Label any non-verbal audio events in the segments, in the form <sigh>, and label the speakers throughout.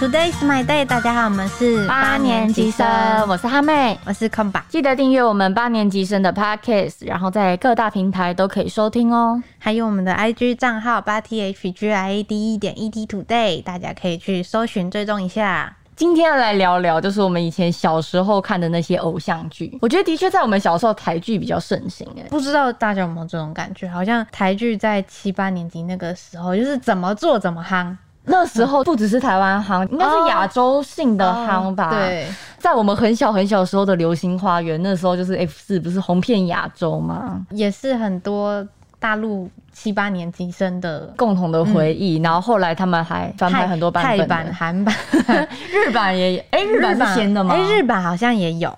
Speaker 1: Today is my day，大家好，我们是
Speaker 2: 八年级生，我是哈妹。
Speaker 1: 我是空吧，
Speaker 2: 记得订阅我们八年级生的 podcast，然后在各大平台都可以收听哦。
Speaker 1: 还有我们的 IG 账号八 T H G I A D 一点 E T Today，大家可以去搜寻追踪一下。
Speaker 2: 今天来聊聊，就是我们以前小时候看的那些偶像剧。我觉得的确在我们小时候台剧比较盛行哎、
Speaker 1: 不知道大家有没有这种感觉？好像台剧在七八年级那个时候，就是怎么做怎么夯，
Speaker 2: 那时候不只是台湾夯，应该是亚洲性的夯吧、，
Speaker 1: 对，
Speaker 2: 在我们很小很小时候的《流星花园》，那时候就是 F 四不是红遍亚洲吗？
Speaker 1: 也是很多大陆七八年级生的
Speaker 2: 共同的回忆，然后后来他们还翻拍很多嗯版
Speaker 1: 泰泰
Speaker 2: 本，
Speaker 1: 版、韩版。
Speaker 2: <laughs> 日版也，哎、日版是先的吗？
Speaker 1: 哎、日版好像也有。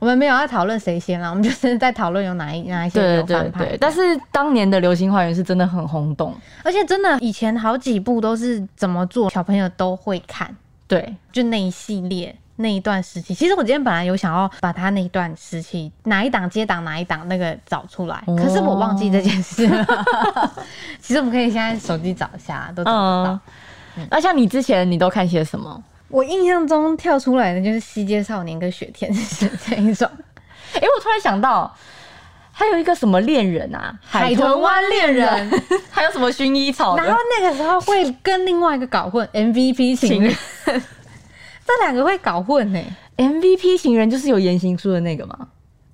Speaker 1: 我们没有要讨论谁先啦，我们就是在讨论有哪一哪一些
Speaker 2: 对
Speaker 1: 有
Speaker 2: 对
Speaker 1: 翻拍。
Speaker 2: 对，但是当年的《流星花园》是真的很轰动，
Speaker 1: 而且真的以前好几部都是怎么做，小朋友都会看，
Speaker 2: 对，
Speaker 1: 就那一系列那一段时期。其实我今天本来有想要把他那一段时期哪一档接档哪一档那个找出来，
Speaker 2: 哦
Speaker 1: 可是我忘记这件事了。其实我们可以现在手机找一下，都找得到。
Speaker 2: 嗯。那像你之前你都看些什么？
Speaker 1: <laughs> 我印象中跳出来的就是《西街少年》跟《雪天使》这一种。
Speaker 2: 哎、我突然想到，还有一个什么恋人啊，
Speaker 1: 海豚湾恋人，
Speaker 2: <laughs> 还有什么薰衣草的
Speaker 1: <laughs> 然后那个时候会跟另外一个搞混 MVP 情
Speaker 2: 情
Speaker 1: 人
Speaker 2: 人，
Speaker 1: <laughs> 这两个会搞混欸呢、
Speaker 2: MVP 情人就是有言情书的那个吗？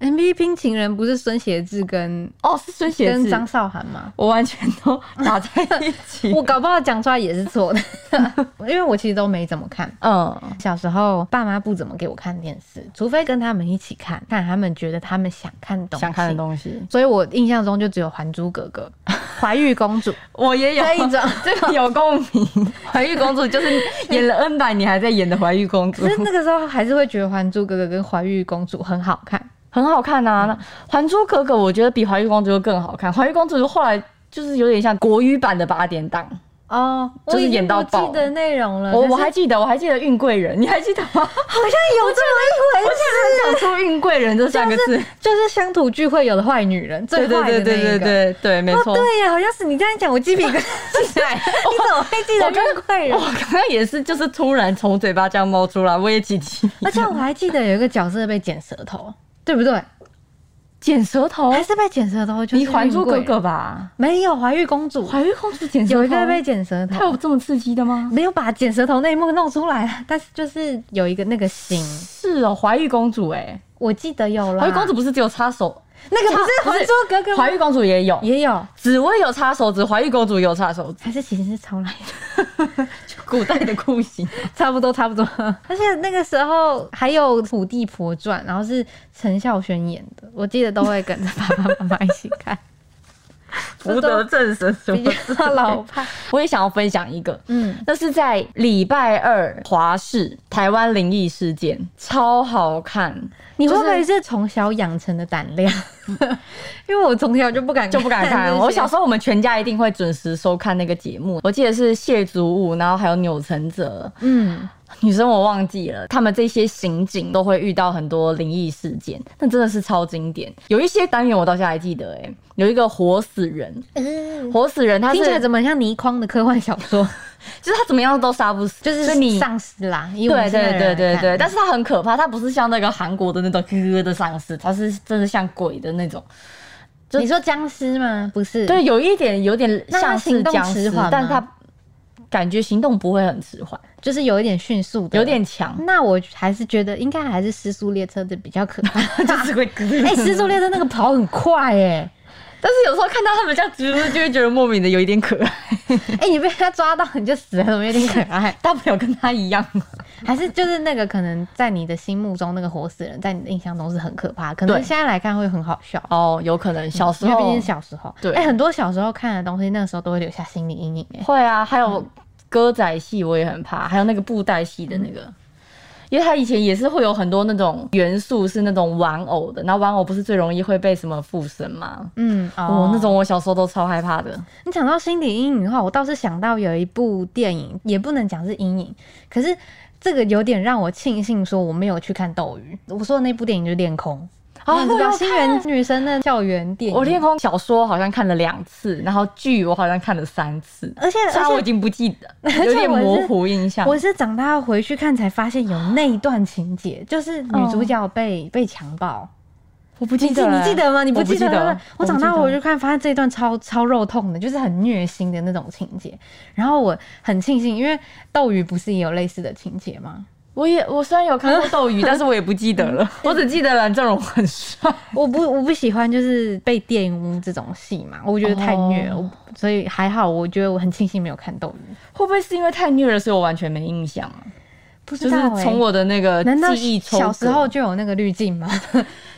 Speaker 1: MVP 情人不是孙协志跟
Speaker 2: 哦，是孙协
Speaker 1: 跟
Speaker 2: 志，
Speaker 1: 张韶涵 <laughs> 吗？
Speaker 2: 我完全都打在一起。 <laughs>
Speaker 1: 我搞不好讲出来也是错 <laughs> 的，因为我其实都没怎么看。
Speaker 2: 嗯，
Speaker 1: 小时候爸妈不怎么给我看电视，除非跟他们一起看，看他们觉得他们想看的东西。
Speaker 2: 想看的东西，
Speaker 1: 所以我印象中就只有《还珠格格》 <laughs> 《怀玉公主》
Speaker 2: 我也有
Speaker 1: 这 <laughs> 一种。
Speaker 2: 这个有共鸣。 <laughs> 怀玉公主就是演了 N 版，你还在演的怀玉公主
Speaker 1: 可，是那个时候还是会觉得《还珠格格》跟《怀玉公主》很好看。
Speaker 2: 很好看啊。那《还珠格格》我觉得比怀玉公主又更好看，怀玉公主后来。就是有点像国语版的八点档，
Speaker 1: 哦，
Speaker 2: 就是
Speaker 1: 我已经
Speaker 2: 演到
Speaker 1: 不
Speaker 2: 爆
Speaker 1: 记得内容了。
Speaker 2: 我
Speaker 1: 可是
Speaker 2: 我还记得，我还记得运贵人，你还记得吗？
Speaker 1: 好像有这么一回事，
Speaker 2: 我想出运贵人这三个字，
Speaker 1: 就是乡土剧会有的坏女人，最
Speaker 2: 对对
Speaker 1: 坏的那
Speaker 2: 对
Speaker 1: 一个。
Speaker 2: 对对对对，没
Speaker 1: 哦，
Speaker 2: 错。
Speaker 1: 对呀，好像是你这样讲，我鸡皮疙瘩
Speaker 2: <laughs>
Speaker 1: 起来。你怎么会记得
Speaker 2: 我刚
Speaker 1: 跟贵
Speaker 2: 我
Speaker 1: 人？
Speaker 2: 刚刚也是，就是突然从嘴巴这样冒出来，我也起鸡皮
Speaker 1: <laughs> 而且我还记得有一个角色被剪舌头，对不对？
Speaker 2: 剪舌头
Speaker 1: 还是被剪舌头，就是
Speaker 2: 哦你《还珠格
Speaker 1: 运贵
Speaker 2: 格》
Speaker 1: 人
Speaker 2: 吧？
Speaker 1: 没有怀玉公主，
Speaker 2: 怀玉公主剪舌头，
Speaker 1: 有一个被剪舌
Speaker 2: 她
Speaker 1: 头，
Speaker 2: 有这么刺激的吗？
Speaker 1: 没有把剪舌头那一幕弄出来啊，但是就是有一个那个型，
Speaker 2: 是哦，怀玉公主哎、
Speaker 1: 我记得有啦。
Speaker 2: 怀玉公主不是只有插手，
Speaker 1: 那个不是《
Speaker 2: 不是
Speaker 1: 还珠格格》吗
Speaker 2: 怀？玉公主也有，
Speaker 1: 也有，
Speaker 2: 紫薇有插手指，怀玉公主有插手指，
Speaker 1: 还是其实是抄来的。
Speaker 2: 古代的酷刑。
Speaker 1: 差不多，差不多。 <laughs> 而且那个时候还有《土地婆传》，然后是陈孝萱演的，我记得都会跟着爸爸妈妈一起看，
Speaker 2: <laughs>
Speaker 1: <laughs>
Speaker 2: 福德正神什
Speaker 1: 比
Speaker 2: 么？
Speaker 1: 较老派。
Speaker 2: 我也想要分享一个，
Speaker 1: 嗯，
Speaker 2: <laughs> 那是在礼拜二华视台湾灵异事件，超好看，
Speaker 1: 你会不
Speaker 2: 就
Speaker 1: 会
Speaker 2: 是
Speaker 1: 是从小养成的胆量？ <laughs> 因为我从小就不敢嗯
Speaker 2: 就不敢 <laughs> 看。我
Speaker 1: <laughs>
Speaker 2: 小时
Speaker 1: 候
Speaker 2: 候我们全家一定会准时收看那个节目，我记得是谢祖武，然后还有钮承泽，
Speaker 1: 嗯，
Speaker 2: 女生我忘记了，他们这些刑警都会遇到很多灵异事件，那真的是超经典。有一些单元我到现在还记得、欸，有一个活死人，
Speaker 1: 嗯
Speaker 2: 活死人他是
Speaker 1: 听起来怎么像倪匡的科幻小说？
Speaker 2: 就是他怎么样都杀不死，
Speaker 1: 就是
Speaker 2: 所以你。
Speaker 1: 丧尸啦，以我
Speaker 2: 对
Speaker 1: 们现在
Speaker 2: 对
Speaker 1: 的人
Speaker 2: 对
Speaker 1: 来
Speaker 2: 对
Speaker 1: 看
Speaker 2: 对，但是他很可怕，他不是像那个韩国的那种咯咯的丧尸，他是真的像鬼的那种。就
Speaker 1: 你说僵尸吗？不是，，
Speaker 2: 对，有一点有点
Speaker 1: 那他
Speaker 2: 像是
Speaker 1: 行动
Speaker 2: 僵
Speaker 1: 迟
Speaker 2: 尸
Speaker 1: 缓，
Speaker 2: 但
Speaker 1: 吗
Speaker 2: 他感觉行动不会很迟缓，
Speaker 1: 就是有一点迅速的，
Speaker 2: 有。
Speaker 1: <laughs>
Speaker 2: 点强，
Speaker 1: 那我还是觉得应该还是失速列车的比较可 <laughs> 怕。
Speaker 2: 就是会咯。
Speaker 1: 哎、失速列车那个跑很快哎、
Speaker 2: 但是有时候看到他们这样直播，就会觉得莫名的有一点可爱。 <laughs>
Speaker 1: 哎、你被他抓到你就死了，怎么有点可爱？
Speaker 2: 大不了跟他一样。
Speaker 1: 还是就是那个可能在你的心目中那个活死人，在你的印象中是很可怕，可能
Speaker 2: 对
Speaker 1: 现在来看会很好笑，
Speaker 2: 哦，有可能小时
Speaker 1: 因为毕
Speaker 2: 候
Speaker 1: 竟是小时候。
Speaker 2: 对
Speaker 1: 哎、很多小时候看的东西，那个时候都会留下心理阴影哎。
Speaker 2: 会啊，还有歌仔戏我也很怕，还有那个布袋戏的那个。
Speaker 1: 嗯
Speaker 2: 因为他以前也是会有很多那种元素是那种玩偶的，然后玩偶不是最容易会被什么附身吗？
Speaker 1: 嗯
Speaker 2: 哦，那种我小时候都超害怕的。
Speaker 1: 你讲到心理阴影的话，我倒是想到有一部电影，也不能讲是阴影，可是这个有点让我庆幸，说我没有去看《斗鱼》。我说的那部电影就是《恋空》，
Speaker 2: 哦
Speaker 1: 啊你知道
Speaker 2: 我有
Speaker 1: 新垣女生的校园电影，
Speaker 2: 我天空小说好像看了两次，然后剧我好像看了三次，
Speaker 1: <laughs> 而且
Speaker 2: 虽然我已经不记得，有点模糊印象。
Speaker 1: 我是长大回去看才发现有那一段情节，就是女主角被、被强暴。
Speaker 2: 我不
Speaker 1: 你嗯记你记得吗？你不
Speaker 2: 我
Speaker 1: 记
Speaker 2: 记
Speaker 1: 得对不对我
Speaker 2: 不
Speaker 1: 长
Speaker 2: 记
Speaker 1: 大
Speaker 2: 得
Speaker 1: 回去看，发现这一段超超肉痛的，就是很虐心的那种情节。然后我很庆幸，因为斗鱼不是也有类似的情节吗？
Speaker 2: 我也我虽然有看过
Speaker 1: <laughs>
Speaker 2: 斗鱼，但是我也不记得了，我只记得蓝正龙很帅。
Speaker 1: <laughs> 我不我不喜欢就是被玷污这种戏嘛，我觉得太虐了，
Speaker 2: 哦
Speaker 1: 我所以还好，我觉得我很庆幸没有看斗鱼。
Speaker 2: 会不会是因为太虐了，所以我完全没印象啊？
Speaker 1: 不
Speaker 2: 就
Speaker 1: 知
Speaker 2: 是
Speaker 1: 道、欸，
Speaker 2: 从我的那个
Speaker 1: 难道
Speaker 2: 记忆抽
Speaker 1: 小时
Speaker 2: 割
Speaker 1: 候就有那个滤镜吗？ <laughs>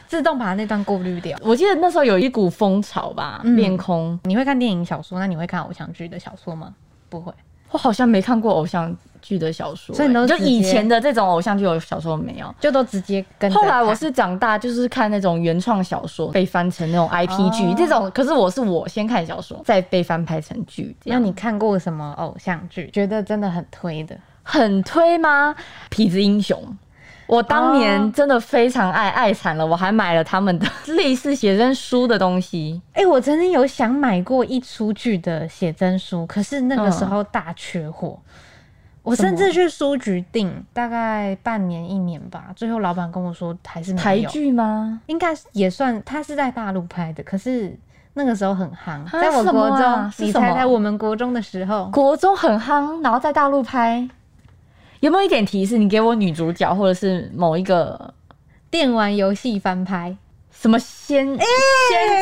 Speaker 1: 自动把那段过滤掉。
Speaker 2: 我记得那时候有一股风潮吧，
Speaker 1: 嗯
Speaker 2: 恋空。
Speaker 1: 你会看电影小说，那你会看偶像剧的小说吗？不会，
Speaker 2: 我好像没看过偶像剧的小说、
Speaker 1: 所以你都
Speaker 2: 欸就
Speaker 1: 直接
Speaker 2: 以前的这种偶像剧有小说没有。
Speaker 1: 就都直接跟着
Speaker 2: 后
Speaker 1: 看。
Speaker 2: 来我是长大，就是看那种原创小说被翻成那种 IP 剧、
Speaker 1: 哦
Speaker 2: 这种，可是我是我先看小说，再被翻拍成剧。这
Speaker 1: 那
Speaker 2: 样
Speaker 1: 你看过什么偶像剧？觉得真的很推的？
Speaker 2: 很推吗？痞子英雄，我当
Speaker 1: 哦
Speaker 2: 年真的非常爱，爱惨了，我还买了他们的 <laughs> 类似写真书的东西。
Speaker 1: 哎、我曾经有想买过一出剧的写真书，可是那个时候大缺货。我
Speaker 2: 嗯什么
Speaker 1: 甚至去书局订，大概半年一年吧，最后老板跟我说还是
Speaker 2: 台
Speaker 1: 没有。
Speaker 2: 剧吗？
Speaker 1: 应该也算，他是在大陆拍的，可是那个时候很夯，
Speaker 2: 啊
Speaker 1: 在我
Speaker 2: 什
Speaker 1: 国
Speaker 2: 么
Speaker 1: 中，
Speaker 2: 啊是
Speaker 1: 你
Speaker 2: 什么
Speaker 1: 猜猜我们国中的时候，
Speaker 2: 国中很夯，然后在大陆拍，有没有一点提示？你给我女主角或者是某一个
Speaker 1: 电玩游戏翻拍，
Speaker 2: 什么仙、仙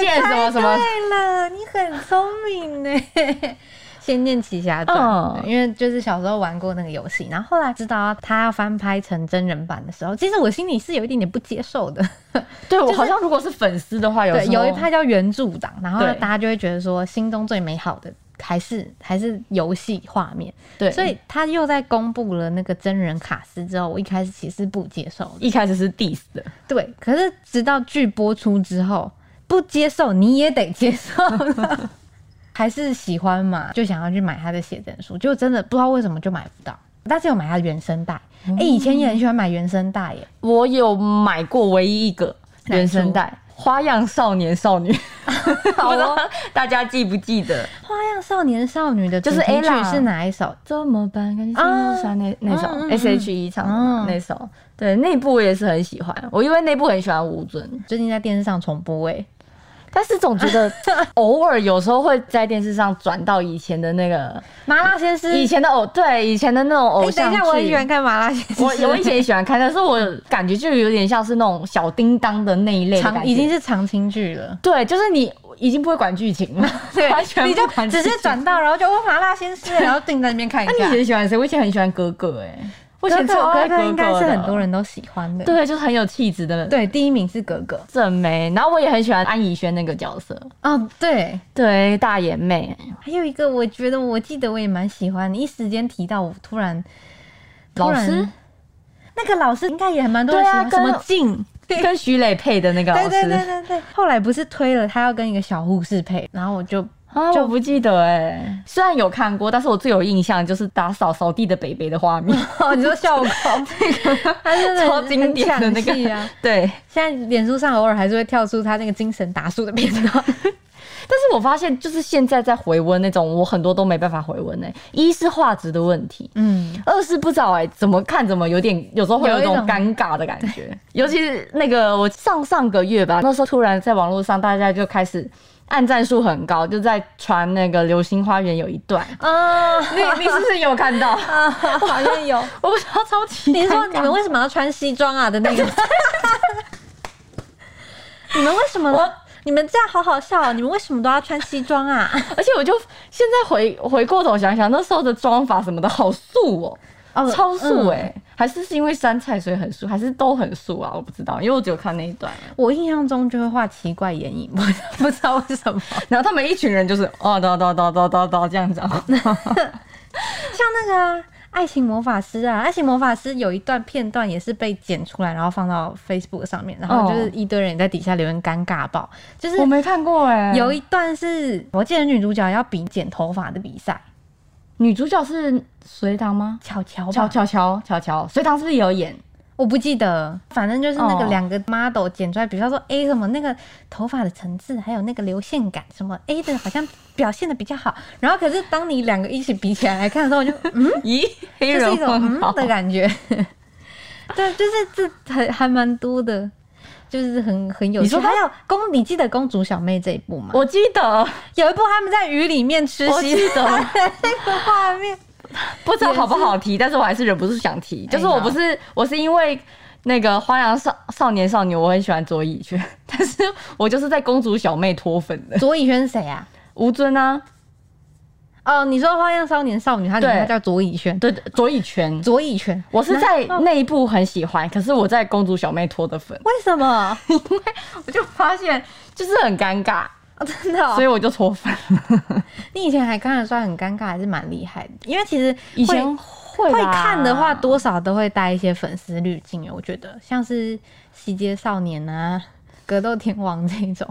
Speaker 2: 剑什么什么？
Speaker 1: 哎对了，你很聪明呢。 <laughs> 仙剑奇侠传
Speaker 2: 嗯》
Speaker 1: 对因为就是小时候玩过那个游戏，然后后来知道他要翻拍成真人版的时候，其实我心里是有一点点不接受的。
Speaker 2: 对我好像如果是粉丝的 <laughs> 话，有
Speaker 1: 对，
Speaker 2: 时候
Speaker 1: 有一派叫原著党，然后
Speaker 2: 对
Speaker 1: 大家就会觉得说，心中最美好的还是还是游戏画面。
Speaker 2: 对，
Speaker 1: 所以他又在公布了那个真人卡司之后，我一开始其实不接受的，
Speaker 2: 一开始是 diss 的，
Speaker 1: 对，可是直到剧播出之后，不接受你也得接受 <laughs> 了还是喜欢嘛，就想要去买他的写真书，就真的不知道为什么就买不到，但是有买他的原声带，
Speaker 2: 哦
Speaker 1: 哎、以前也很喜欢买原声带耶，
Speaker 2: 我有买过唯一一个
Speaker 1: 哪一
Speaker 2: 原声
Speaker 1: 出
Speaker 2: 带哦《花样少年少 <laughs> 女》，不知道大家记不记得？
Speaker 1: 《花样少年少女》的主
Speaker 2: 就是
Speaker 1: 题曲
Speaker 2: Ella
Speaker 1: 是哪一首？
Speaker 2: 怎么办？赶紧
Speaker 1: 啊
Speaker 2: 上山那那首
Speaker 1: 嗯嗯嗯
Speaker 2: S H E 唱的嘛
Speaker 1: 嗯
Speaker 2: 那首，对那部我也是很喜欢。我因为那部很喜欢吴尊，
Speaker 1: 最近在电视上重播哎、
Speaker 2: 但是总
Speaker 1: <laughs>
Speaker 2: 觉得偶尔有时候会在电视上转到以前的那个
Speaker 1: 麻辣鲜师。
Speaker 2: 以前的偶对以前的那种偶
Speaker 1: 哎等
Speaker 2: 像
Speaker 1: 一
Speaker 2: 剧。
Speaker 1: 下，我很喜欢看麻辣鲜师，
Speaker 2: 我我以前也喜欢看，但是我感觉就有点像是那种小叮当的那一类的感
Speaker 1: 长
Speaker 2: 觉，
Speaker 1: 已经是长青剧了。
Speaker 2: 对，就是你已经不会管剧情
Speaker 1: <laughs>
Speaker 2: 了，完全
Speaker 1: 你就
Speaker 2: 不管
Speaker 1: 只
Speaker 2: 剧
Speaker 1: 是
Speaker 2: 情
Speaker 1: 转到，然后就哦麻辣鲜师，然后定在那边看一
Speaker 2: 那你
Speaker 1: 下
Speaker 2: 以。前喜欢谁？我以前很喜欢哥哥、哎，我以前超
Speaker 1: 格
Speaker 2: 爱
Speaker 1: 格
Speaker 2: 哥哥
Speaker 1: 啊应该是
Speaker 2: 的
Speaker 1: 很多人都喜欢的。
Speaker 2: 对，就是很有气质的
Speaker 1: 对，第一名是格格。
Speaker 2: 正妹。然后我也很喜欢安以轩那个角色，
Speaker 1: 哦，对，
Speaker 2: 对，大眼妹，
Speaker 1: 还有一个我觉得我记得我也蛮喜欢，你一时间提到我突然突
Speaker 2: 老
Speaker 1: 然
Speaker 2: 师
Speaker 1: 那个老师应该也还蛮多人喜欢，
Speaker 2: 对
Speaker 1: 什
Speaker 2: 啊跟
Speaker 1: 么静。
Speaker 2: 跟徐磊配的那个老
Speaker 1: 对
Speaker 2: 师，
Speaker 1: 对对对对，后来不是推了他要跟一个小护士配，然后我 <laughs> 就
Speaker 2: 啊，
Speaker 1: 就
Speaker 2: 我不记得哎、虽然有看过，但是我最有印象就是打扫扫地的北北的画 <laughs> 面，
Speaker 1: 哦，你说效果，他真 <laughs> 的
Speaker 2: 超经典的那
Speaker 1: 很抢戏
Speaker 2: 个
Speaker 1: 啊！。
Speaker 2: 对，
Speaker 1: 现在脸书上偶尔还是会跳出他那个精神打数的片段，
Speaker 2: 但是我发现就是现在在回温那种，我很多都没办法回温哎、一是画质的问题，
Speaker 1: <laughs> 嗯，
Speaker 2: 二是不知道哎、怎么看怎么有点，有时候会有一种
Speaker 1: 有一种
Speaker 2: 尴尬的感觉。 <laughs> 尤其是那个我上上个月吧，那时候突然在网络上大家就开始按赞数很高，就在传那个《流星花园》有一段。
Speaker 1: 啊、
Speaker 2: 你你是不是也有看到？
Speaker 1: <laughs> 啊， <laughs> 好像有。
Speaker 2: 我不知道，超
Speaker 1: <laughs>
Speaker 2: 级
Speaker 1: 你是说
Speaker 2: 尴
Speaker 1: 你
Speaker 2: 尬
Speaker 1: 们为什么要穿西装啊的那 <laughs> 个？你们为什么
Speaker 2: 我？
Speaker 1: 你们这样好好笑、哦，你们为什么都要穿西装啊？
Speaker 2: 而且我就现在回回过头想想，那时候的妆法什么的好素哦、
Speaker 1: <laughs> 哦
Speaker 2: 超素哎、
Speaker 1: 嗯
Speaker 2: 还是是因为山菜所以很素，还是都很素啊？我不知道，因为我只有看那一段。
Speaker 1: 我印象中就会画奇怪眼影，我不知道为什么。
Speaker 2: 然后他们一群人就是哦叨叨叨叨叨叨这样
Speaker 1: <laughs>
Speaker 2: 子、啊，
Speaker 1: 像那个啊、爱情魔法师》啊，《爱情魔法师》有一段片段也是被剪出来，然后放到 Facebook 上面，然后就是一堆人在底下留言尴尬爆，就是
Speaker 2: 我没看过哎、
Speaker 1: 有一段是我记得女主角要比剪头发的比赛，
Speaker 2: 女主角是隋棠吗？
Speaker 1: 巧巧吧
Speaker 2: 乔乔乔乔乔，隋棠是不是也有演？
Speaker 1: 我不记得，反正就是那个
Speaker 2: 哦
Speaker 1: 两个 model 剪出来，比方说 A 什么那个头发的层次，还有那个流线感，什么 A 的好像表现的比较好，然后可是当你两个一起比起来来看的时候，我就
Speaker 2: <laughs>
Speaker 1: 嗯，
Speaker 2: 咦，黑
Speaker 1: 就是
Speaker 2: 人
Speaker 1: 一种
Speaker 2: 问
Speaker 1: 嗯
Speaker 2: 号
Speaker 1: 的感觉。 <laughs> 对，就是这还还蛮多的，就是很很有趣。
Speaker 2: 你说他
Speaker 1: 还有公，你记得公主小妹这一部吗？
Speaker 2: 我记得，
Speaker 1: 有一部他们在雨里面吃
Speaker 2: 我
Speaker 1: 西
Speaker 2: 记
Speaker 1: <laughs>
Speaker 2: 得，
Speaker 1: 那个画面，
Speaker 2: 不知道好不好提，但是我还是忍不住想
Speaker 1: 哎
Speaker 2: 提，就是我不是我是因为。那个花样少少年少女，我很喜欢左以轩， <laughs> 但是我就是在公主小妹脱粉的。
Speaker 1: 左以轩谁啊？
Speaker 2: 吴尊啊，
Speaker 1: 哦，你说《花样少年少女》，她里面
Speaker 2: 对
Speaker 1: 她叫左以轩，
Speaker 2: 对左以轩，
Speaker 1: 左以轩，
Speaker 2: 我是在
Speaker 1: 那
Speaker 2: 那一部很喜欢，可是我在公主小妹脱的粉，
Speaker 1: 为什 <laughs> 么？
Speaker 2: 我就发现就是很尴尬，
Speaker 1: 哦、真的、哦，
Speaker 2: 所以我就脱粉。
Speaker 1: 你以前还看得出来很尴尬，还是蛮厉害的。因为其实
Speaker 2: 以前
Speaker 1: 会
Speaker 2: 会
Speaker 1: 会
Speaker 2: 啦
Speaker 1: 看的话，多少都会带一些粉丝滤镜，我觉得像是《西街少年》啊，《格斗天王》这一种。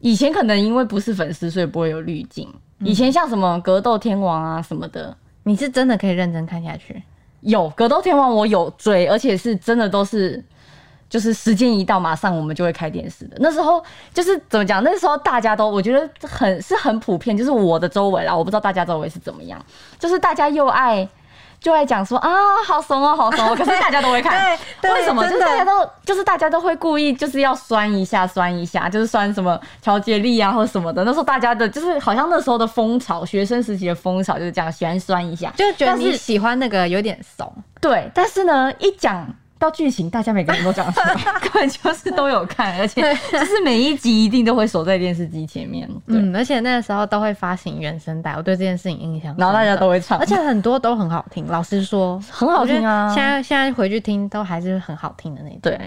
Speaker 2: 以前可能因为不是粉丝，所以不会有滤镜。
Speaker 1: 嗯
Speaker 2: 以前像什么格斗天王啊什么的，
Speaker 1: 你是真的可以认真看下去，
Speaker 2: 有格斗天王我有追，而且是真的都是。就是时间一到，马上我们就会开电视的。那时候就是怎么讲？那时候大家都我觉得很是很普遍，就是我的周围啦，我不知道大家周围是怎么样。就是大家又爱就爱讲说啊，好怂哦，好怂哦。可是大家都会看，
Speaker 1: <laughs> 对对
Speaker 2: 为什么？
Speaker 1: 真
Speaker 2: 就是
Speaker 1: 的
Speaker 2: 大家都就是大家都会故意就是要酸一下，酸一下，就是酸什么调节力啊或者什么的。那时候大家的就是好像那时候的风潮，学生时期的风潮就是这样，喜欢酸一下。
Speaker 1: 就觉得
Speaker 2: 但是
Speaker 1: 你喜欢那个有点怂。
Speaker 2: 对，但是呢，一讲到剧情，大家每个人都讲
Speaker 1: <laughs>
Speaker 2: 出来，根本就是都有看，而且就是每一集一定都会守在电视机前面，对，
Speaker 1: 嗯，而且那个时候都会发行原声带，我对这件事情印象深刻。
Speaker 2: 然后大家都会唱，
Speaker 1: 而且很多都很好听，老实说，
Speaker 2: 很好听啊
Speaker 1: 我觉得现在现在回去听都还是很好听的那种。
Speaker 2: 对，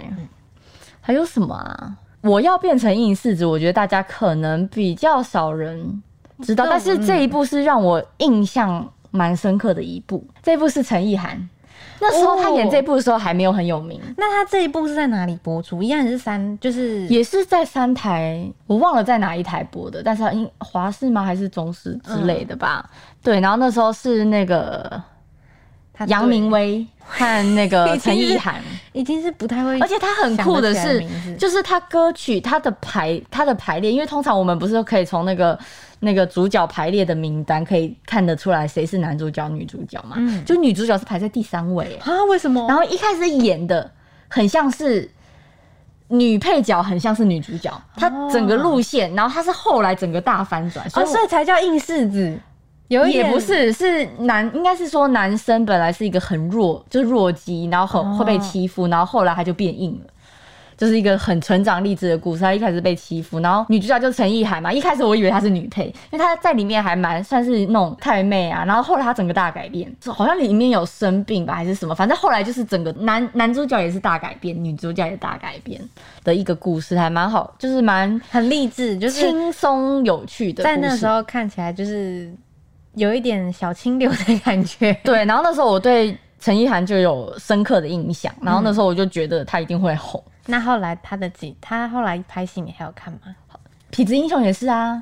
Speaker 2: 还有什么啊？我要变成硬柿子，我觉得大家可能比较少人知道，
Speaker 1: 嗯
Speaker 2: 但是这一部是让我印象蛮深刻的一部。这一部是陈意涵，那时候他演这部的时候还没有很有名，
Speaker 1: 那他这一部是在哪里播出？依然是三，就是
Speaker 2: 也是在三台，我忘了在哪一台播的，但是应华视吗？还是中视之类的吧？对，然后那时候是那个
Speaker 1: 他嗯啊对
Speaker 2: 杨明威和那
Speaker 1: 已 <laughs>
Speaker 2: 个
Speaker 1: 经
Speaker 2: 陈
Speaker 1: 是
Speaker 2: 意涵。
Speaker 1: 已经是不太会，
Speaker 2: 而且它很酷的
Speaker 1: 想得
Speaker 2: 是
Speaker 1: 起来名字，
Speaker 2: 就是它歌曲它的排它的排列，因为通常我们不是可以从那个那个主角排列的名单可以看得出来谁是男主角、女主角嘛？
Speaker 1: 嗯
Speaker 2: 就女主角是排在第三位，
Speaker 1: 啊，
Speaker 2: 欸
Speaker 1: 为什么？
Speaker 2: 然后一开始演的很像是。女配角很像是女主角，她整个路线，然后她是后来整个大反转，所以
Speaker 1: 哦，
Speaker 2: 我
Speaker 1: 所以才叫硬柿子，有一
Speaker 2: 也
Speaker 1: 点
Speaker 2: 不是，是男，应该是说男生本来是一个很弱，就是弱鸡，然后很、
Speaker 1: 哦
Speaker 2: 会被欺负，然后后来他就变硬了。就是一个很成长励志的故事。他一开始被欺负，然后女主角就陈意涵嘛。一开始我以为她是女配，因为她在里面还蛮算是那种太妹啊。然后后来她整个大改变，好像里面有生病吧还是什么，反正后来就是整个男男主角也是大改变，女主角也大改变的一个故事，还蛮好，就是蛮
Speaker 1: 很励志，就是
Speaker 2: 轻松有趣的故
Speaker 1: 在
Speaker 2: 事。
Speaker 1: 那时候看起来就是有一点小清流的感觉。 <laughs>
Speaker 2: 对，然后那时候我对陈意涵就有深刻的印象，然后那时候我就觉得她一定会红。
Speaker 1: 那后来他的几，他后来拍戏你还有看吗？
Speaker 2: 痞子英雄也是啊，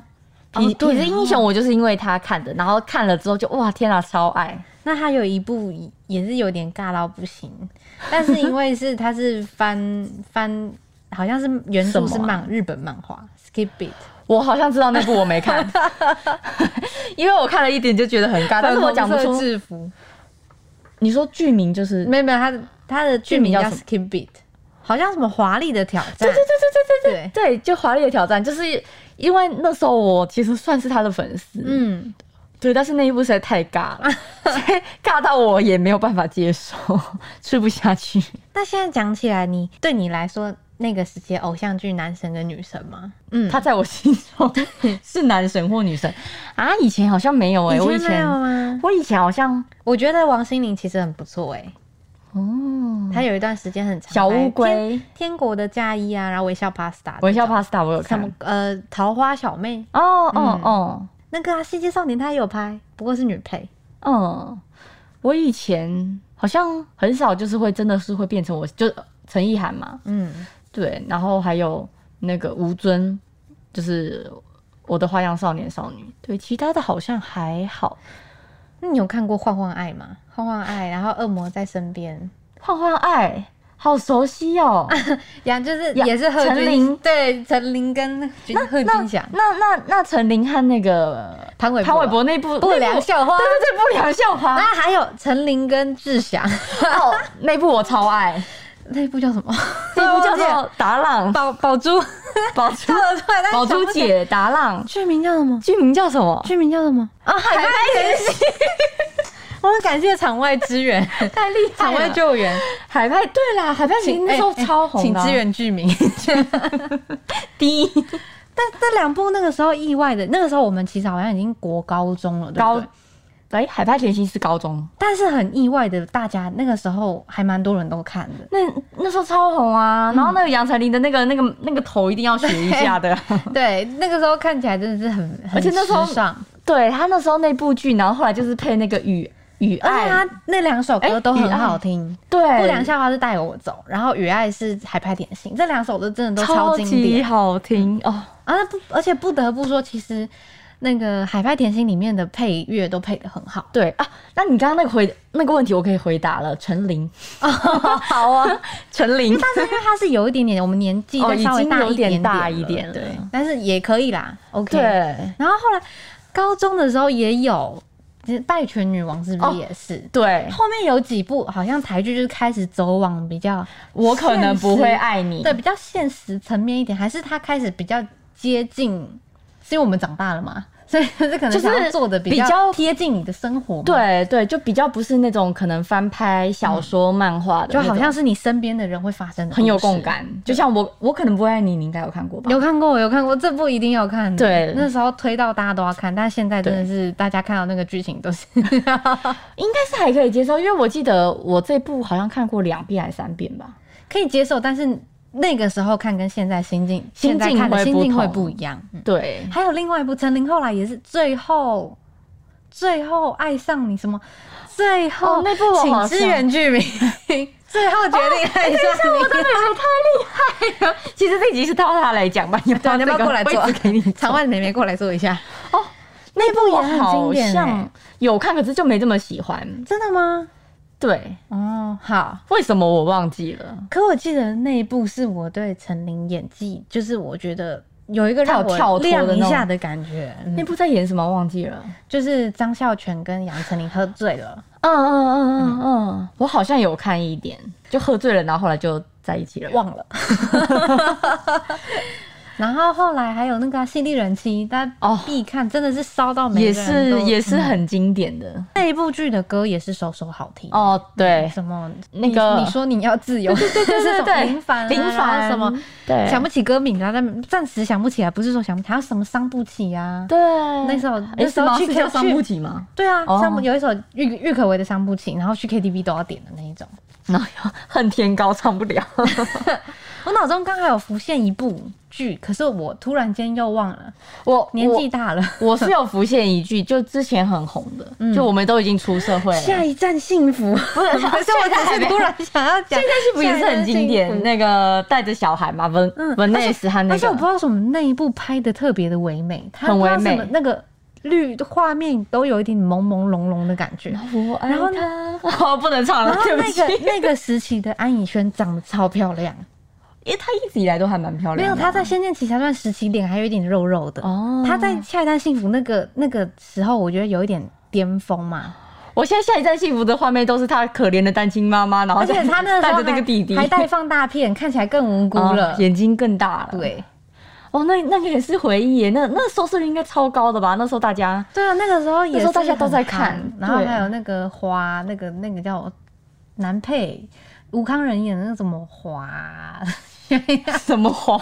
Speaker 2: 痞、
Speaker 1: 哦对
Speaker 2: 痞子英雄我就是因为他看的，然后看了之后就哇天啊超爱，
Speaker 1: 那他有一部也是有点尬到不行，但是因为是他是翻 <laughs> 翻，好像是原著是
Speaker 2: 什么啊
Speaker 1: 漫、日本漫画 Skip It，
Speaker 2: 我好像知道那部我没看，因为我看了一点就觉得很尬，但是我讲不
Speaker 1: 粉红色
Speaker 2: 出。
Speaker 1: 制服，
Speaker 2: 你说剧名就是
Speaker 1: 没有没有，他的他的剧名
Speaker 2: 剧
Speaker 1: 叫
Speaker 2: 名叫
Speaker 1: Skip It，好像什么华丽的挑战， <laughs>
Speaker 2: 对对对对对对
Speaker 1: 对
Speaker 2: 对对，就华丽的挑战，就是因为那时候我其实算是他的粉丝，
Speaker 1: 嗯，
Speaker 2: 对，但是那一部实在太尬了，所以尬到我也没有办法接受，吃不下去。
Speaker 1: 那现在讲起来，你对你来说那个时期的偶像剧男神跟女神吗？嗯，
Speaker 2: 他在我心中是男神或女神啊？以前好像没有哎、
Speaker 1: 以
Speaker 2: 我以
Speaker 1: 前没有啊
Speaker 2: 前
Speaker 1: 吗？
Speaker 2: 我以前好像
Speaker 1: 我觉得王心凌其实很不错哎、
Speaker 2: 哦，
Speaker 1: 她有一段时间很长
Speaker 2: 小乌
Speaker 1: 天
Speaker 2: 龟、
Speaker 1: 天国的嫁衣啊，然后微笑 Pasta，
Speaker 2: 微笑 pasta 我有
Speaker 1: 什
Speaker 2: 看
Speaker 1: 么呃桃花小妹
Speaker 2: 哦哦
Speaker 1: 嗯
Speaker 2: 哦
Speaker 1: 那个啊，世界少年她也有拍，不过是女配。
Speaker 2: 嗯，我以前好像很少就是会真的是会变成我就陈意涵嘛，
Speaker 1: 嗯，
Speaker 2: 对，然后还有那个吴尊，就是我的花样少年少女，对，其他的好像还好。
Speaker 1: 那你有看过《换换爱》吗？《换换爱》，然后《恶魔在身边》
Speaker 2: 换换爱好熟悉哦。
Speaker 1: 杨就是
Speaker 2: 杨
Speaker 1: 也是贺
Speaker 2: 陈
Speaker 1: 军
Speaker 2: 琳，
Speaker 1: 对，陈琳跟军贺
Speaker 2: 那
Speaker 1: 军翔、
Speaker 2: 那那那陈琳和那个
Speaker 1: 潘玮
Speaker 2: 潘玮柏那部
Speaker 1: 不良
Speaker 2: 校
Speaker 1: 校花
Speaker 2: 对，对对，不良校
Speaker 1: 然
Speaker 2: <laughs> 花
Speaker 1: 后还有陈琳跟志祥，
Speaker 2: 哦，那部我超爱，
Speaker 1: <laughs> 那一部叫什么？
Speaker 2: 那部叫做
Speaker 1: 我忘记了
Speaker 2: 《达浪
Speaker 1: 宝宝珠，
Speaker 2: <laughs> 宝珠
Speaker 1: 跳得出来，但是
Speaker 2: 宝
Speaker 1: 想
Speaker 2: 珠
Speaker 1: 不起来
Speaker 2: 姐达浪》，
Speaker 1: 剧名叫什么？
Speaker 2: 剧名叫什么？
Speaker 1: 剧名叫什么？啊，海派演戏。 <laughs> 我们感谢场外支 <laughs> 援，
Speaker 2: 太厉
Speaker 1: 场外救援，
Speaker 2: 海派对啦，海派你那时候
Speaker 1: 哎哎
Speaker 2: 超红
Speaker 1: 请
Speaker 2: 的啊，
Speaker 1: 支援剧名。
Speaker 2: 第一
Speaker 1: <laughs> 但这两部那个时候意外的，那个时候我们其实好像已经国高中了，对不
Speaker 2: 高
Speaker 1: 对？。
Speaker 2: 哎，海派甜心是高中，
Speaker 1: 但是很意外的，大家那个时候还蛮多人都看的。
Speaker 2: 那那时候超红啊。然后那个杨丞琳的那个那个那个头一定要学一下 <laughs> 的。
Speaker 1: 对，那个时候看起来真的是很，很
Speaker 2: 而且那时候
Speaker 1: 时尚，
Speaker 2: 对他那时候那部剧，然后后来就是配那个雨雨
Speaker 1: 而且
Speaker 2: 爱，
Speaker 1: 他那两首歌都
Speaker 2: 哎
Speaker 1: 很
Speaker 2: 雨爱
Speaker 1: 好听。
Speaker 2: 对，
Speaker 1: 不良校花是带我走，然后雨爱是海派甜心，这两首歌真的都超
Speaker 2: 超
Speaker 1: 经
Speaker 2: 级
Speaker 1: 典
Speaker 2: 好听哦。
Speaker 1: 啊！那不，而且不得不说，其实那个海派甜心里面的配乐都配得很好。
Speaker 2: 对啊，那你刚刚那个回那个问题，我可以回答了，陈琳。 <laughs> 好啊， <laughs> 陈琳。
Speaker 1: 但是因为它是有一点点，我们年纪
Speaker 2: 哦
Speaker 1: 再稍微大一
Speaker 2: 已经有
Speaker 1: 点
Speaker 2: 点大一
Speaker 1: 点
Speaker 2: 点
Speaker 1: 了，
Speaker 2: 了
Speaker 1: 对，但是也可以啦，OK。
Speaker 2: 对
Speaker 1: 然后后来高中的时候也有，其实《拜权女王》是不
Speaker 2: 哦
Speaker 1: 是也是？
Speaker 2: 对，
Speaker 1: 后面有几部好像台剧就是开始走往比较
Speaker 2: 我可能不会
Speaker 1: 现实
Speaker 2: 爱你。
Speaker 1: 对，比较现实层面一点，还是他开始比较接近，是因为我们长大了嘛， <laughs> 所以就是可能
Speaker 2: 就是
Speaker 1: 想要做的比
Speaker 2: 比
Speaker 1: 较
Speaker 2: 较
Speaker 1: 贴近你的生活嘛，
Speaker 2: 对对，就比较不是那种可能翻拍小说、漫画的
Speaker 1: 就
Speaker 2: 那种，
Speaker 1: 好像是你身边的人会发生的，
Speaker 2: 很有共。感。就像我，我可能不会爱你，你应该有看过吧？
Speaker 1: 有看过，有看过，这部一定要看。
Speaker 2: 对
Speaker 1: 那时候推到大家都要看，但现在真的是大家看到那个剧情都是 <laughs>
Speaker 2: 应该是还可以接受，因为我记得我这部好像看过两遍还是三遍吧。
Speaker 1: 可以接受，但是那个时候看跟现在心境，现
Speaker 2: 心境
Speaker 1: 在看的
Speaker 2: 会
Speaker 1: 心
Speaker 2: 不
Speaker 1: 境会
Speaker 2: 同
Speaker 1: 不一样。嗯
Speaker 2: 对，
Speaker 1: 还有另外一部陈琳后来也是最后，最后爱上你什么？最后、
Speaker 2: 哦那部我好
Speaker 1: 请
Speaker 2: 像哦
Speaker 1: 支援剧名，最后决定爱上你。
Speaker 2: <laughs> 其实这集是到他来讲吧，你要
Speaker 1: 对，啊
Speaker 2: 要
Speaker 1: 你要不要过来做？
Speaker 2: 给你
Speaker 1: 场外的妹妹过来做一下。
Speaker 2: 哦，
Speaker 1: <laughs> 那部
Speaker 2: 我
Speaker 1: 也很经
Speaker 2: 好
Speaker 1: 典、
Speaker 2: 像
Speaker 1: 欸，
Speaker 2: 有看，可是就没这么喜欢。
Speaker 1: 真的吗？
Speaker 2: 对，
Speaker 1: 哦，好。
Speaker 2: 为什么我忘记了？
Speaker 1: 可我记得那一部是我对陈琳演技，就是我觉得有一个让
Speaker 2: 她有
Speaker 1: 我
Speaker 2: 跳脱的
Speaker 1: 亮一
Speaker 2: 那种
Speaker 1: 下的感觉，
Speaker 2: 那
Speaker 1: 嗯、
Speaker 2: 部在演什么？忘记了。
Speaker 1: 就是张孝全跟杨丞琳喝醉了。
Speaker 2: 嗯嗯嗯嗯嗯，我好像有看一点，就喝醉了，然后后来就在一起了。
Speaker 1: 忘了。然后后来还有那个啊《犀利人妻》，大家
Speaker 2: 哦
Speaker 1: 必看，真的是烧到每
Speaker 2: 也
Speaker 1: 个人都
Speaker 2: 是也是
Speaker 1: 嗯
Speaker 2: 很经典的、
Speaker 1: 那一部剧的歌也是首首好听。
Speaker 2: 哦，对，
Speaker 1: 什么
Speaker 2: 那个
Speaker 1: 你你说你要自由，对对
Speaker 2: 对对对
Speaker 1: 林凡啊
Speaker 2: 林凡
Speaker 1: 然后什么
Speaker 2: 对
Speaker 1: 想不起歌名啊，但暂时想不起来，不是说想不起，还有什么伤不起啊？
Speaker 2: 对，
Speaker 1: 那时候
Speaker 2: 诶
Speaker 1: 那时候
Speaker 2: 是吗
Speaker 1: 去
Speaker 2: 是叫
Speaker 1: K-
Speaker 2: 伤
Speaker 1: 去
Speaker 2: 不起吗？
Speaker 1: 对啊，
Speaker 2: 哦
Speaker 1: 伤不有一首郁郁可唯的伤不起，然后去 KTV 都要点的那一种。
Speaker 2: <laughs> 然后又恨天高唱不了，
Speaker 1: 我脑中刚好有浮现一部剧，可是我突然间又忘了，
Speaker 2: 我
Speaker 1: <laughs> 年纪。大了。
Speaker 2: 我我是有浮现一句，就之前很红的，
Speaker 1: 嗯
Speaker 2: 就我们都已经出社会了。
Speaker 1: 下一站幸
Speaker 2: <laughs>
Speaker 1: 福，不是，
Speaker 2: 不是
Speaker 1: 我
Speaker 2: 我
Speaker 1: 只
Speaker 2: 只
Speaker 1: 是
Speaker 2: 是
Speaker 1: 突
Speaker 2: 突
Speaker 1: 然
Speaker 2: 然
Speaker 1: 想要讲，
Speaker 2: 现在是不也是很经典？那个带着小孩嘛，文
Speaker 1: 嗯
Speaker 2: 文内斯和那
Speaker 1: 而且我不知
Speaker 2: 个，
Speaker 1: 道为什么那一部拍的特别的唯美，它
Speaker 2: 很唯美
Speaker 1: 不知道为什么那个绿画面都有一点朦朦胧胧的感
Speaker 2: <laughs>
Speaker 1: 觉。
Speaker 2: 我爱
Speaker 1: 然后
Speaker 2: 他，哦，不能唱了
Speaker 1: 然，后
Speaker 2: 对不
Speaker 1: 那
Speaker 2: 起。 <laughs>
Speaker 1: 个那个时期的安以轩长得超漂亮，
Speaker 2: 因为她一直以来都还蛮漂
Speaker 1: 没
Speaker 2: 亮
Speaker 1: 有
Speaker 2: 的。
Speaker 1: 她在《仙剑奇侠传》时期脸还有一点肉肉的，
Speaker 2: 哦，
Speaker 1: 她在《下一站幸福》那个那个时候，我觉得有一点巅峰嘛。
Speaker 2: 我现在下一站幸福的画面都是她可怜的单亲妈妈，然后
Speaker 1: 而且她那个时
Speaker 2: 哦带
Speaker 1: 候
Speaker 2: 着那个弟弟，
Speaker 1: 还还带放大片，看起来更无辜
Speaker 2: 哦
Speaker 1: 了。
Speaker 2: 眼睛更大了。，
Speaker 1: 对。
Speaker 2: 哦，那那个也是回忆耶，那那收视率应该超高的吧？那时候大家
Speaker 1: 对啊，那个时候也
Speaker 2: 那时候大
Speaker 1: 是
Speaker 2: 家都
Speaker 1: 很
Speaker 2: 在
Speaker 1: 夯
Speaker 2: 看
Speaker 1: 然后
Speaker 2: 对
Speaker 1: 还有那个花，那个那个叫男配吴康仁演的那个什么花， <laughs>
Speaker 2: 什么花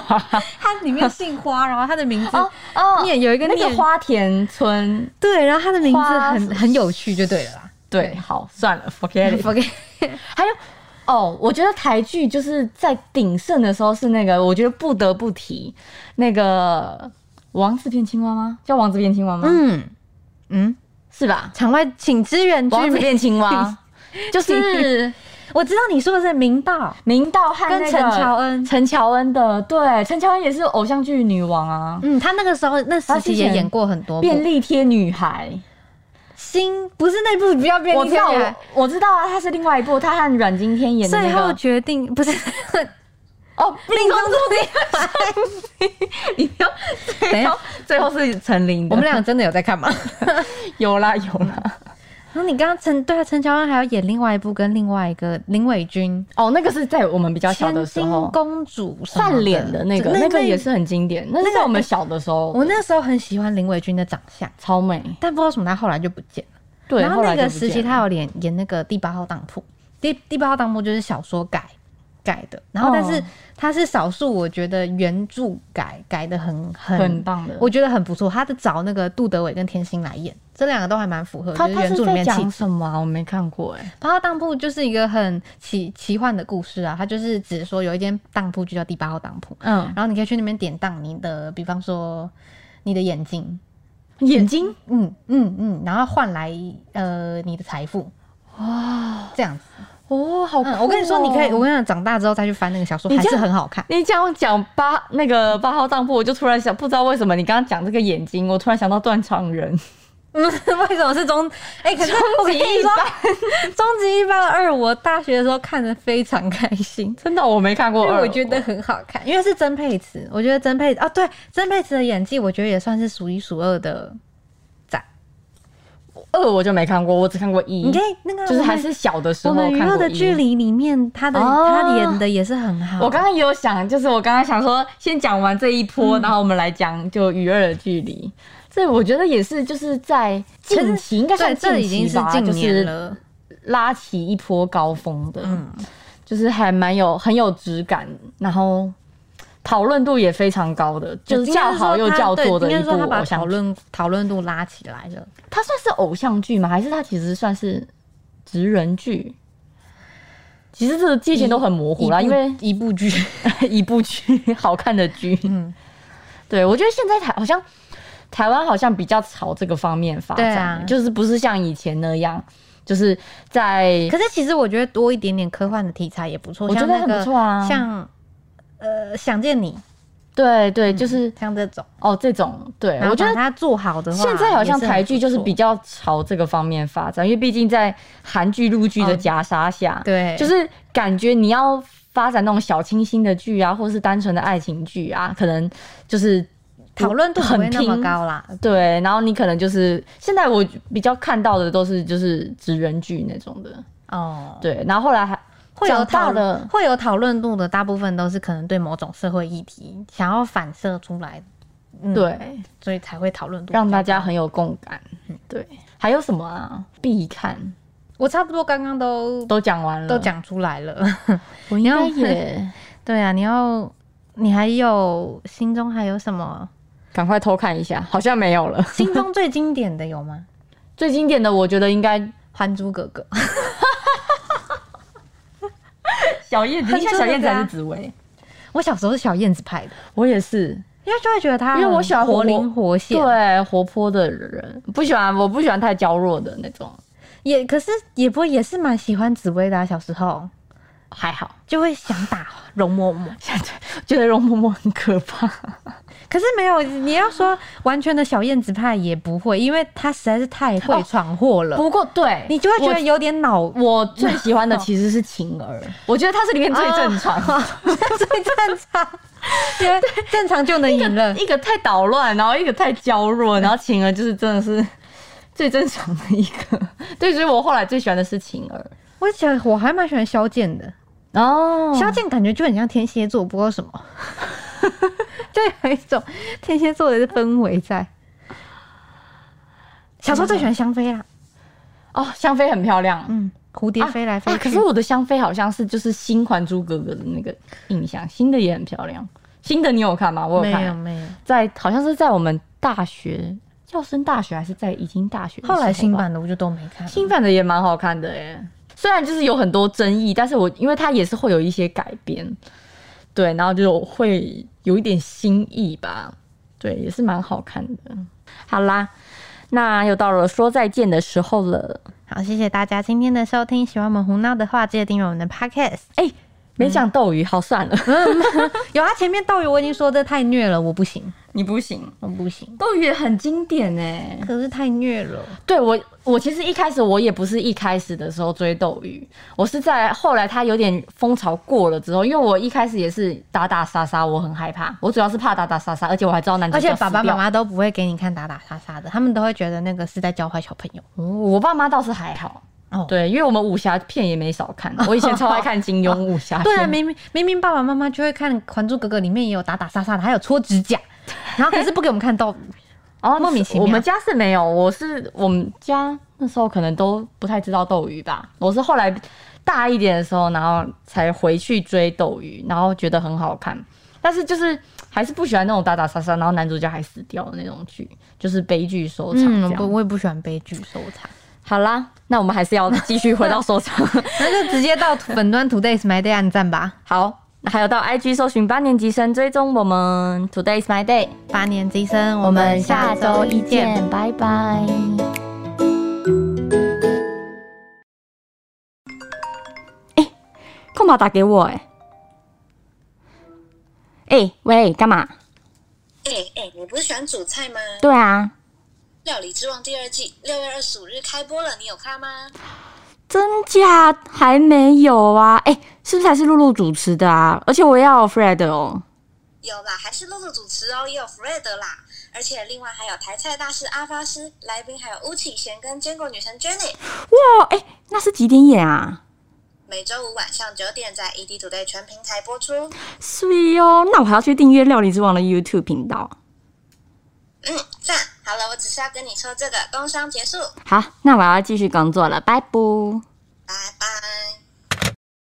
Speaker 1: 他里面姓花，然后他的名字、
Speaker 2: 哦 <laughs> 哦
Speaker 1: 念有一个
Speaker 2: 那
Speaker 1: 念
Speaker 2: 个花田村，
Speaker 1: 对，然后他的名字
Speaker 2: 花
Speaker 1: 很很有趣，就对了 <laughs> 啦。
Speaker 2: 对，好算了，forget it。
Speaker 1: OK，
Speaker 2: <laughs> 还有哦，我觉得台剧就是在鼎盛的时候是那个，我觉得不得不提那个王子变青蛙吗？叫王子变青蛙吗？
Speaker 1: 嗯嗯，
Speaker 2: 是吧？
Speaker 1: 场外请支援居
Speaker 2: 王子
Speaker 1: 民，
Speaker 2: 变青 <laughs> 蛙
Speaker 1: <laughs>
Speaker 2: 就是
Speaker 1: 我知道你说的是明道，
Speaker 2: 明道和
Speaker 1: 跟
Speaker 2: 那个
Speaker 1: 陈乔恩
Speaker 2: 陈乔恩的对，陈乔恩也是偶像剧女王啊。
Speaker 1: 嗯，他那个时候那时
Speaker 2: 他
Speaker 1: 期
Speaker 2: 之
Speaker 1: 也
Speaker 2: 前
Speaker 1: 演过很多部
Speaker 2: 便利贴女孩，
Speaker 1: 心不是那部，不要变
Speaker 2: 我
Speaker 1: 力
Speaker 2: 知
Speaker 1: 少
Speaker 2: 道
Speaker 1: 女
Speaker 2: 我，。我知道啊，他是另外一部，他和阮经天演的
Speaker 1: 最
Speaker 2: 那
Speaker 1: 后
Speaker 2: 个
Speaker 1: 决定 <laughs> 不是
Speaker 2: 哦，
Speaker 1: 命中注
Speaker 2: 你不要， <laughs>
Speaker 1: 等一
Speaker 2: 最
Speaker 1: 下
Speaker 2: 后最后是陈琳
Speaker 1: <laughs> 我
Speaker 2: 的，
Speaker 1: 们俩真的有在 <laughs> 看吗？
Speaker 2: 有啦有啦，
Speaker 1: 然后你刚刚陈对啊，陈乔恩还要演另外一部跟另外一个林伟君
Speaker 2: 哦，那个是在我们比较
Speaker 1: 《
Speaker 2: 小的
Speaker 1: 千
Speaker 2: 时
Speaker 1: 金
Speaker 2: 候。
Speaker 1: 公主》
Speaker 2: 换脸的那个，那个也。
Speaker 1: 对
Speaker 2: 是很经典，那是在我们小的时候，
Speaker 1: 我那时候很喜欢林伟君的长相，
Speaker 2: 超美。
Speaker 1: 但不知道为什么他后来就不见了。
Speaker 2: 对，
Speaker 1: 然后
Speaker 2: 后来
Speaker 1: 那
Speaker 2: 就
Speaker 1: 个
Speaker 2: 不
Speaker 1: 时期
Speaker 2: 见了
Speaker 1: 他有演演那个第八号当铺，第第八号当铺就是小说改改的，然后
Speaker 2: 哦
Speaker 1: 但是他是少数我觉得原著改改的很很
Speaker 2: 很棒的，
Speaker 1: 我觉得很不错。他是找那个杜德伟跟天心来演，这两个都还蛮符合，
Speaker 2: 他
Speaker 1: 就是
Speaker 2: 他
Speaker 1: 原
Speaker 2: 是
Speaker 1: 著里
Speaker 2: 在
Speaker 1: 面气
Speaker 2: 讲什么啊？我没看过哎、
Speaker 1: 八号当铺就是一个很奇奇幻的故事啊，它就是指说有一间当铺就叫第八号当铺，
Speaker 2: 嗯，
Speaker 1: 然后你可以去那边典当你的，比方说你的眼睛，
Speaker 2: 眼睛
Speaker 1: 嗯嗯嗯，然后换来呃你的财富
Speaker 2: 哇
Speaker 1: 这样子。
Speaker 2: 哦，好酷哦、
Speaker 1: 嗯，我跟你说，你可以，我跟你讲，长大之后再去翻那个小说，
Speaker 2: 你
Speaker 1: 还
Speaker 2: 这
Speaker 1: 是
Speaker 2: 样
Speaker 1: 很好看。
Speaker 2: 你这样讲八那个八号当铺，我就突然想，不知道为什么你刚刚讲这个眼睛，我突然想到断肠人，
Speaker 1: 嗯， <laughs> 为什么是中？哎、可是我跟你说， <laughs> 终极一班二，我大学的时候看的非常开心。
Speaker 2: <laughs> 真的我没看过
Speaker 1: 因
Speaker 2: 二，
Speaker 1: 为我觉得很好看，因为是曾沛慈，我觉得曾沛哦，对，曾沛慈的演技，我觉得也算是数一数二的赞。
Speaker 2: 二我就没看过，我只看过一，
Speaker 1: 你可以那个啊
Speaker 2: 就是
Speaker 1: 我们
Speaker 2: 还是小的时
Speaker 1: 我
Speaker 2: 候
Speaker 1: 们娱
Speaker 2: 看
Speaker 1: 乐
Speaker 2: 过
Speaker 1: 的距
Speaker 2: 一。
Speaker 1: 离里面，他的、
Speaker 2: 哦
Speaker 1: 他演的也是很好。
Speaker 2: 我刚刚也有想，就是我刚刚想说，先讲完这一
Speaker 1: 嗯
Speaker 2: 波，然后我们来讲就娱乐的距离。这我觉得也是，就是在近期，应该
Speaker 1: 对，
Speaker 2: 算
Speaker 1: 这已经
Speaker 2: 近期
Speaker 1: 是
Speaker 2: 吧，
Speaker 1: 近年
Speaker 2: 就是
Speaker 1: 了，
Speaker 2: 拉起一波高峰的，
Speaker 1: 嗯，
Speaker 2: 就是还蛮有很有质感，然后讨论度也非常高的，就是叫好又叫座的
Speaker 1: 应
Speaker 2: 一
Speaker 1: 该
Speaker 2: 部
Speaker 1: 说他把
Speaker 2: 偶
Speaker 1: 讨
Speaker 2: 像剧。
Speaker 1: 论讨论度拉起来了。
Speaker 2: 它算是偶像剧吗？还是它其实算是职人剧？其实这个界限都很模糊啦，
Speaker 1: 一
Speaker 2: 因
Speaker 1: 部
Speaker 2: 为
Speaker 1: 一部剧，
Speaker 2: <laughs> 一部剧，好看的剧。
Speaker 1: 嗯，
Speaker 2: 对，我觉得现在台好像台湾好像比较朝这个方面发
Speaker 1: 对
Speaker 2: 展，
Speaker 1: 啊
Speaker 2: 就是不是像以前那样，就是在
Speaker 1: 可是其实我觉得多一点点科幻的题材也不错，
Speaker 2: 我觉
Speaker 1: 像
Speaker 2: 得
Speaker 1: 那
Speaker 2: 很
Speaker 1: 个
Speaker 2: 不错啊
Speaker 1: 像呃想见你
Speaker 2: 对对，
Speaker 1: 嗯
Speaker 2: 就是、
Speaker 1: 像这种。
Speaker 2: 哦这种，对
Speaker 1: 然
Speaker 2: 我
Speaker 1: 后
Speaker 2: 觉
Speaker 1: 把
Speaker 2: 得。
Speaker 1: 它做好的话，
Speaker 2: 现在好像台剧就是比
Speaker 1: 也
Speaker 2: 较朝这个方面发展，因为毕竟在韩剧、陆剧的夹杀下，
Speaker 1: 是嗯很不错对，
Speaker 2: 就是感觉你要发展那种小清新的剧啊，或是单纯的爱情剧啊，可能就是
Speaker 1: 讨论度不会
Speaker 2: 很
Speaker 1: 那么
Speaker 2: 拼
Speaker 1: 高啊啦。
Speaker 2: 对，然后你可能就是现在我比较看到的都是就是职人剧那种的，
Speaker 1: 哦，
Speaker 2: 对，然后后来还
Speaker 1: 会有
Speaker 2: 长大
Speaker 1: 讨
Speaker 2: 了
Speaker 1: 论，会有讨论度的，大部分都是可能对某种社会议题想要反射出来，嗯，
Speaker 2: 对，嗯
Speaker 1: 所以才会讨论度
Speaker 2: 让大
Speaker 1: 比较
Speaker 2: 家
Speaker 1: 高。
Speaker 2: 很有共感。对，还有什么啊？必看
Speaker 1: 我差不多刚刚都
Speaker 2: 都讲完了，
Speaker 1: 都，讲出来了。 <laughs>
Speaker 2: 我应该也
Speaker 1: 对啊，你要你还有心中还有什
Speaker 2: <laughs>
Speaker 1: 么？
Speaker 2: <laughs> 赶快偷看一下，好像没有了。
Speaker 1: 心中最经典的有吗？
Speaker 2: <laughs> 最经典的，我觉得应该
Speaker 1: 《还珠格格》
Speaker 2: 小燕
Speaker 1: 很
Speaker 2: 子，因为
Speaker 1: 真的
Speaker 2: 小燕子还
Speaker 1: 啊
Speaker 2: 是紫薇，
Speaker 1: 我小时候是小燕子派的，
Speaker 2: 我也是，
Speaker 1: 因为就会觉得她
Speaker 2: 因为我
Speaker 1: 很
Speaker 2: 喜欢
Speaker 1: 活
Speaker 2: 啊活
Speaker 1: 灵活现，
Speaker 2: 对，活泼的人，不喜欢，我不喜欢太娇弱的那种，
Speaker 1: 也可是也不会也是蛮喜欢紫薇的、啊，小时候
Speaker 2: 还好，
Speaker 1: 就会想打 <laughs> 容嬷嬷，
Speaker 2: 现在觉得容嬷嬷很可怕。
Speaker 1: 可是没有你要说完全的小燕子派也不会，因为她实在是太会闯祸了，
Speaker 2: 哦不过对
Speaker 1: 你就会觉得有点脑
Speaker 2: 我嗯我最喜欢 <laughs> 的其实是晴儿，啊我觉得她是里面最正常，
Speaker 1: <laughs> 最正常， <laughs> 因为正常就能赢了。
Speaker 2: <laughs> 一个太捣乱，然后一个太娇弱，然后晴儿就是真的是 <laughs> 最正常的一个。 <laughs> 对，所以我后来最喜欢的是晴儿。
Speaker 1: 我想我还蛮喜欢萧剑的，
Speaker 2: 哦
Speaker 1: 萧剑感觉就很像天蝎座，不知道什么， <laughs> 就有一种天蝎座的氛围在。小时候最喜欢香妃啦，
Speaker 2: 哦，香妃很漂亮。
Speaker 1: 嗯，蝴蝶
Speaker 2: 啊
Speaker 1: 飞来飞去。
Speaker 2: 啊可是我的香妃好像是就是新《还珠格格》的那个印象，新的也很漂亮。新的你有看吗？我
Speaker 1: 没
Speaker 2: 有看，
Speaker 1: 有没有，
Speaker 2: 在好像是在我们大学要升大学还是在已经大学的时候
Speaker 1: 后
Speaker 2: 吧，
Speaker 1: 来新版的我就都没看。
Speaker 2: 新版的也蛮好看的哎，虽然就是有很多争议，但是我因为它也是会有一些改编，对，然后就会有一点新意吧，对，也是蛮好看的。好啦，那又到了说再见的时候了。
Speaker 1: 好，谢谢大家今天的收听，喜欢我们胡闹的话，记得订阅我们的 podcast。
Speaker 2: 哎、没讲斗鱼，好算了，
Speaker 1: <laughs> 有他前面斗鱼我已经说这太虐了，我不行，
Speaker 2: 你不行。
Speaker 1: 我不行。
Speaker 2: 斗鱼也很经典哎、
Speaker 1: 可是太虐了，
Speaker 2: 对我，我其实一开始我也不是一开始的时候追斗鱼，我是在后来它有点风潮过了之后，因为我一开始也是打打杀杀，我很害怕，我主要是怕打打杀杀，而且我还知道男主
Speaker 1: 而
Speaker 2: 角
Speaker 1: 且爸爸
Speaker 2: 死掉
Speaker 1: 妈妈都不会给你看打打杀杀的，他们都会觉得那个是在教坏小朋友。
Speaker 2: 哦我爸妈倒是还好。
Speaker 1: 哦
Speaker 2: 对，因为我们武侠片也没少
Speaker 1: <laughs>
Speaker 2: 看，我以前超爱看金庸武侠片。
Speaker 1: 对啊，明明明明爸爸妈妈就会看《还珠格格》，里面也有打打杀杀的，还有搓指甲，然后可是不给我们看到
Speaker 2: 哦，
Speaker 1: 莫名其妙
Speaker 2: 我们家是没有，我是我们家那时候可能都不太知道斗鱼吧。我是后来大一点的时候，然后才回去追斗鱼，然后觉得很好看，但是就是还是不喜欢那种打打杀杀，然后男主角还死掉的那种剧，就是悲剧收场这
Speaker 1: 嗯，
Speaker 2: 样。
Speaker 1: 不，我也不喜欢悲剧收场，
Speaker 2: 好啦，那我们还是要继续回到收 <laughs> 场。
Speaker 1: 那就直接到粉端 Today is my day 暗赞吧。
Speaker 2: 好，还有到 IG 搜寻八年级生，追踪我们。Today is my day，
Speaker 1: 八年级生，
Speaker 2: 我
Speaker 1: 我
Speaker 2: 们
Speaker 1: 们下
Speaker 2: 下周
Speaker 1: 周
Speaker 2: 一
Speaker 1: 一见。
Speaker 2: 见，拜拜。干嘛打给我、欸？哎、喂，干嘛？
Speaker 3: 哎、哎、你不是喜欢煮菜吗？《
Speaker 2: 对啊，
Speaker 3: 料理之王》第二季六月二十五日开播了，你有看吗？
Speaker 2: 真假还没有啊？哎、是不是还是露露主持的啊？而且我也要有 Fred 哦。
Speaker 3: 有啦，还是露露主持哦，也有 Fred 啦，而且另外还有台菜大师阿发师，来宾还有巫启贤跟坚果女神 Jenny。
Speaker 2: 哇，哎、那是几点演啊？
Speaker 3: 每周五晚上九点在 ED Today 全平台播出。
Speaker 2: 是哦，那我还要去订阅《料理之王》的 YouTube 频道。
Speaker 3: 嗯，赞。好了，我只是要跟你说这个，工商结束，
Speaker 2: 好，那我要继续工作了，拜拜。
Speaker 3: 拜拜。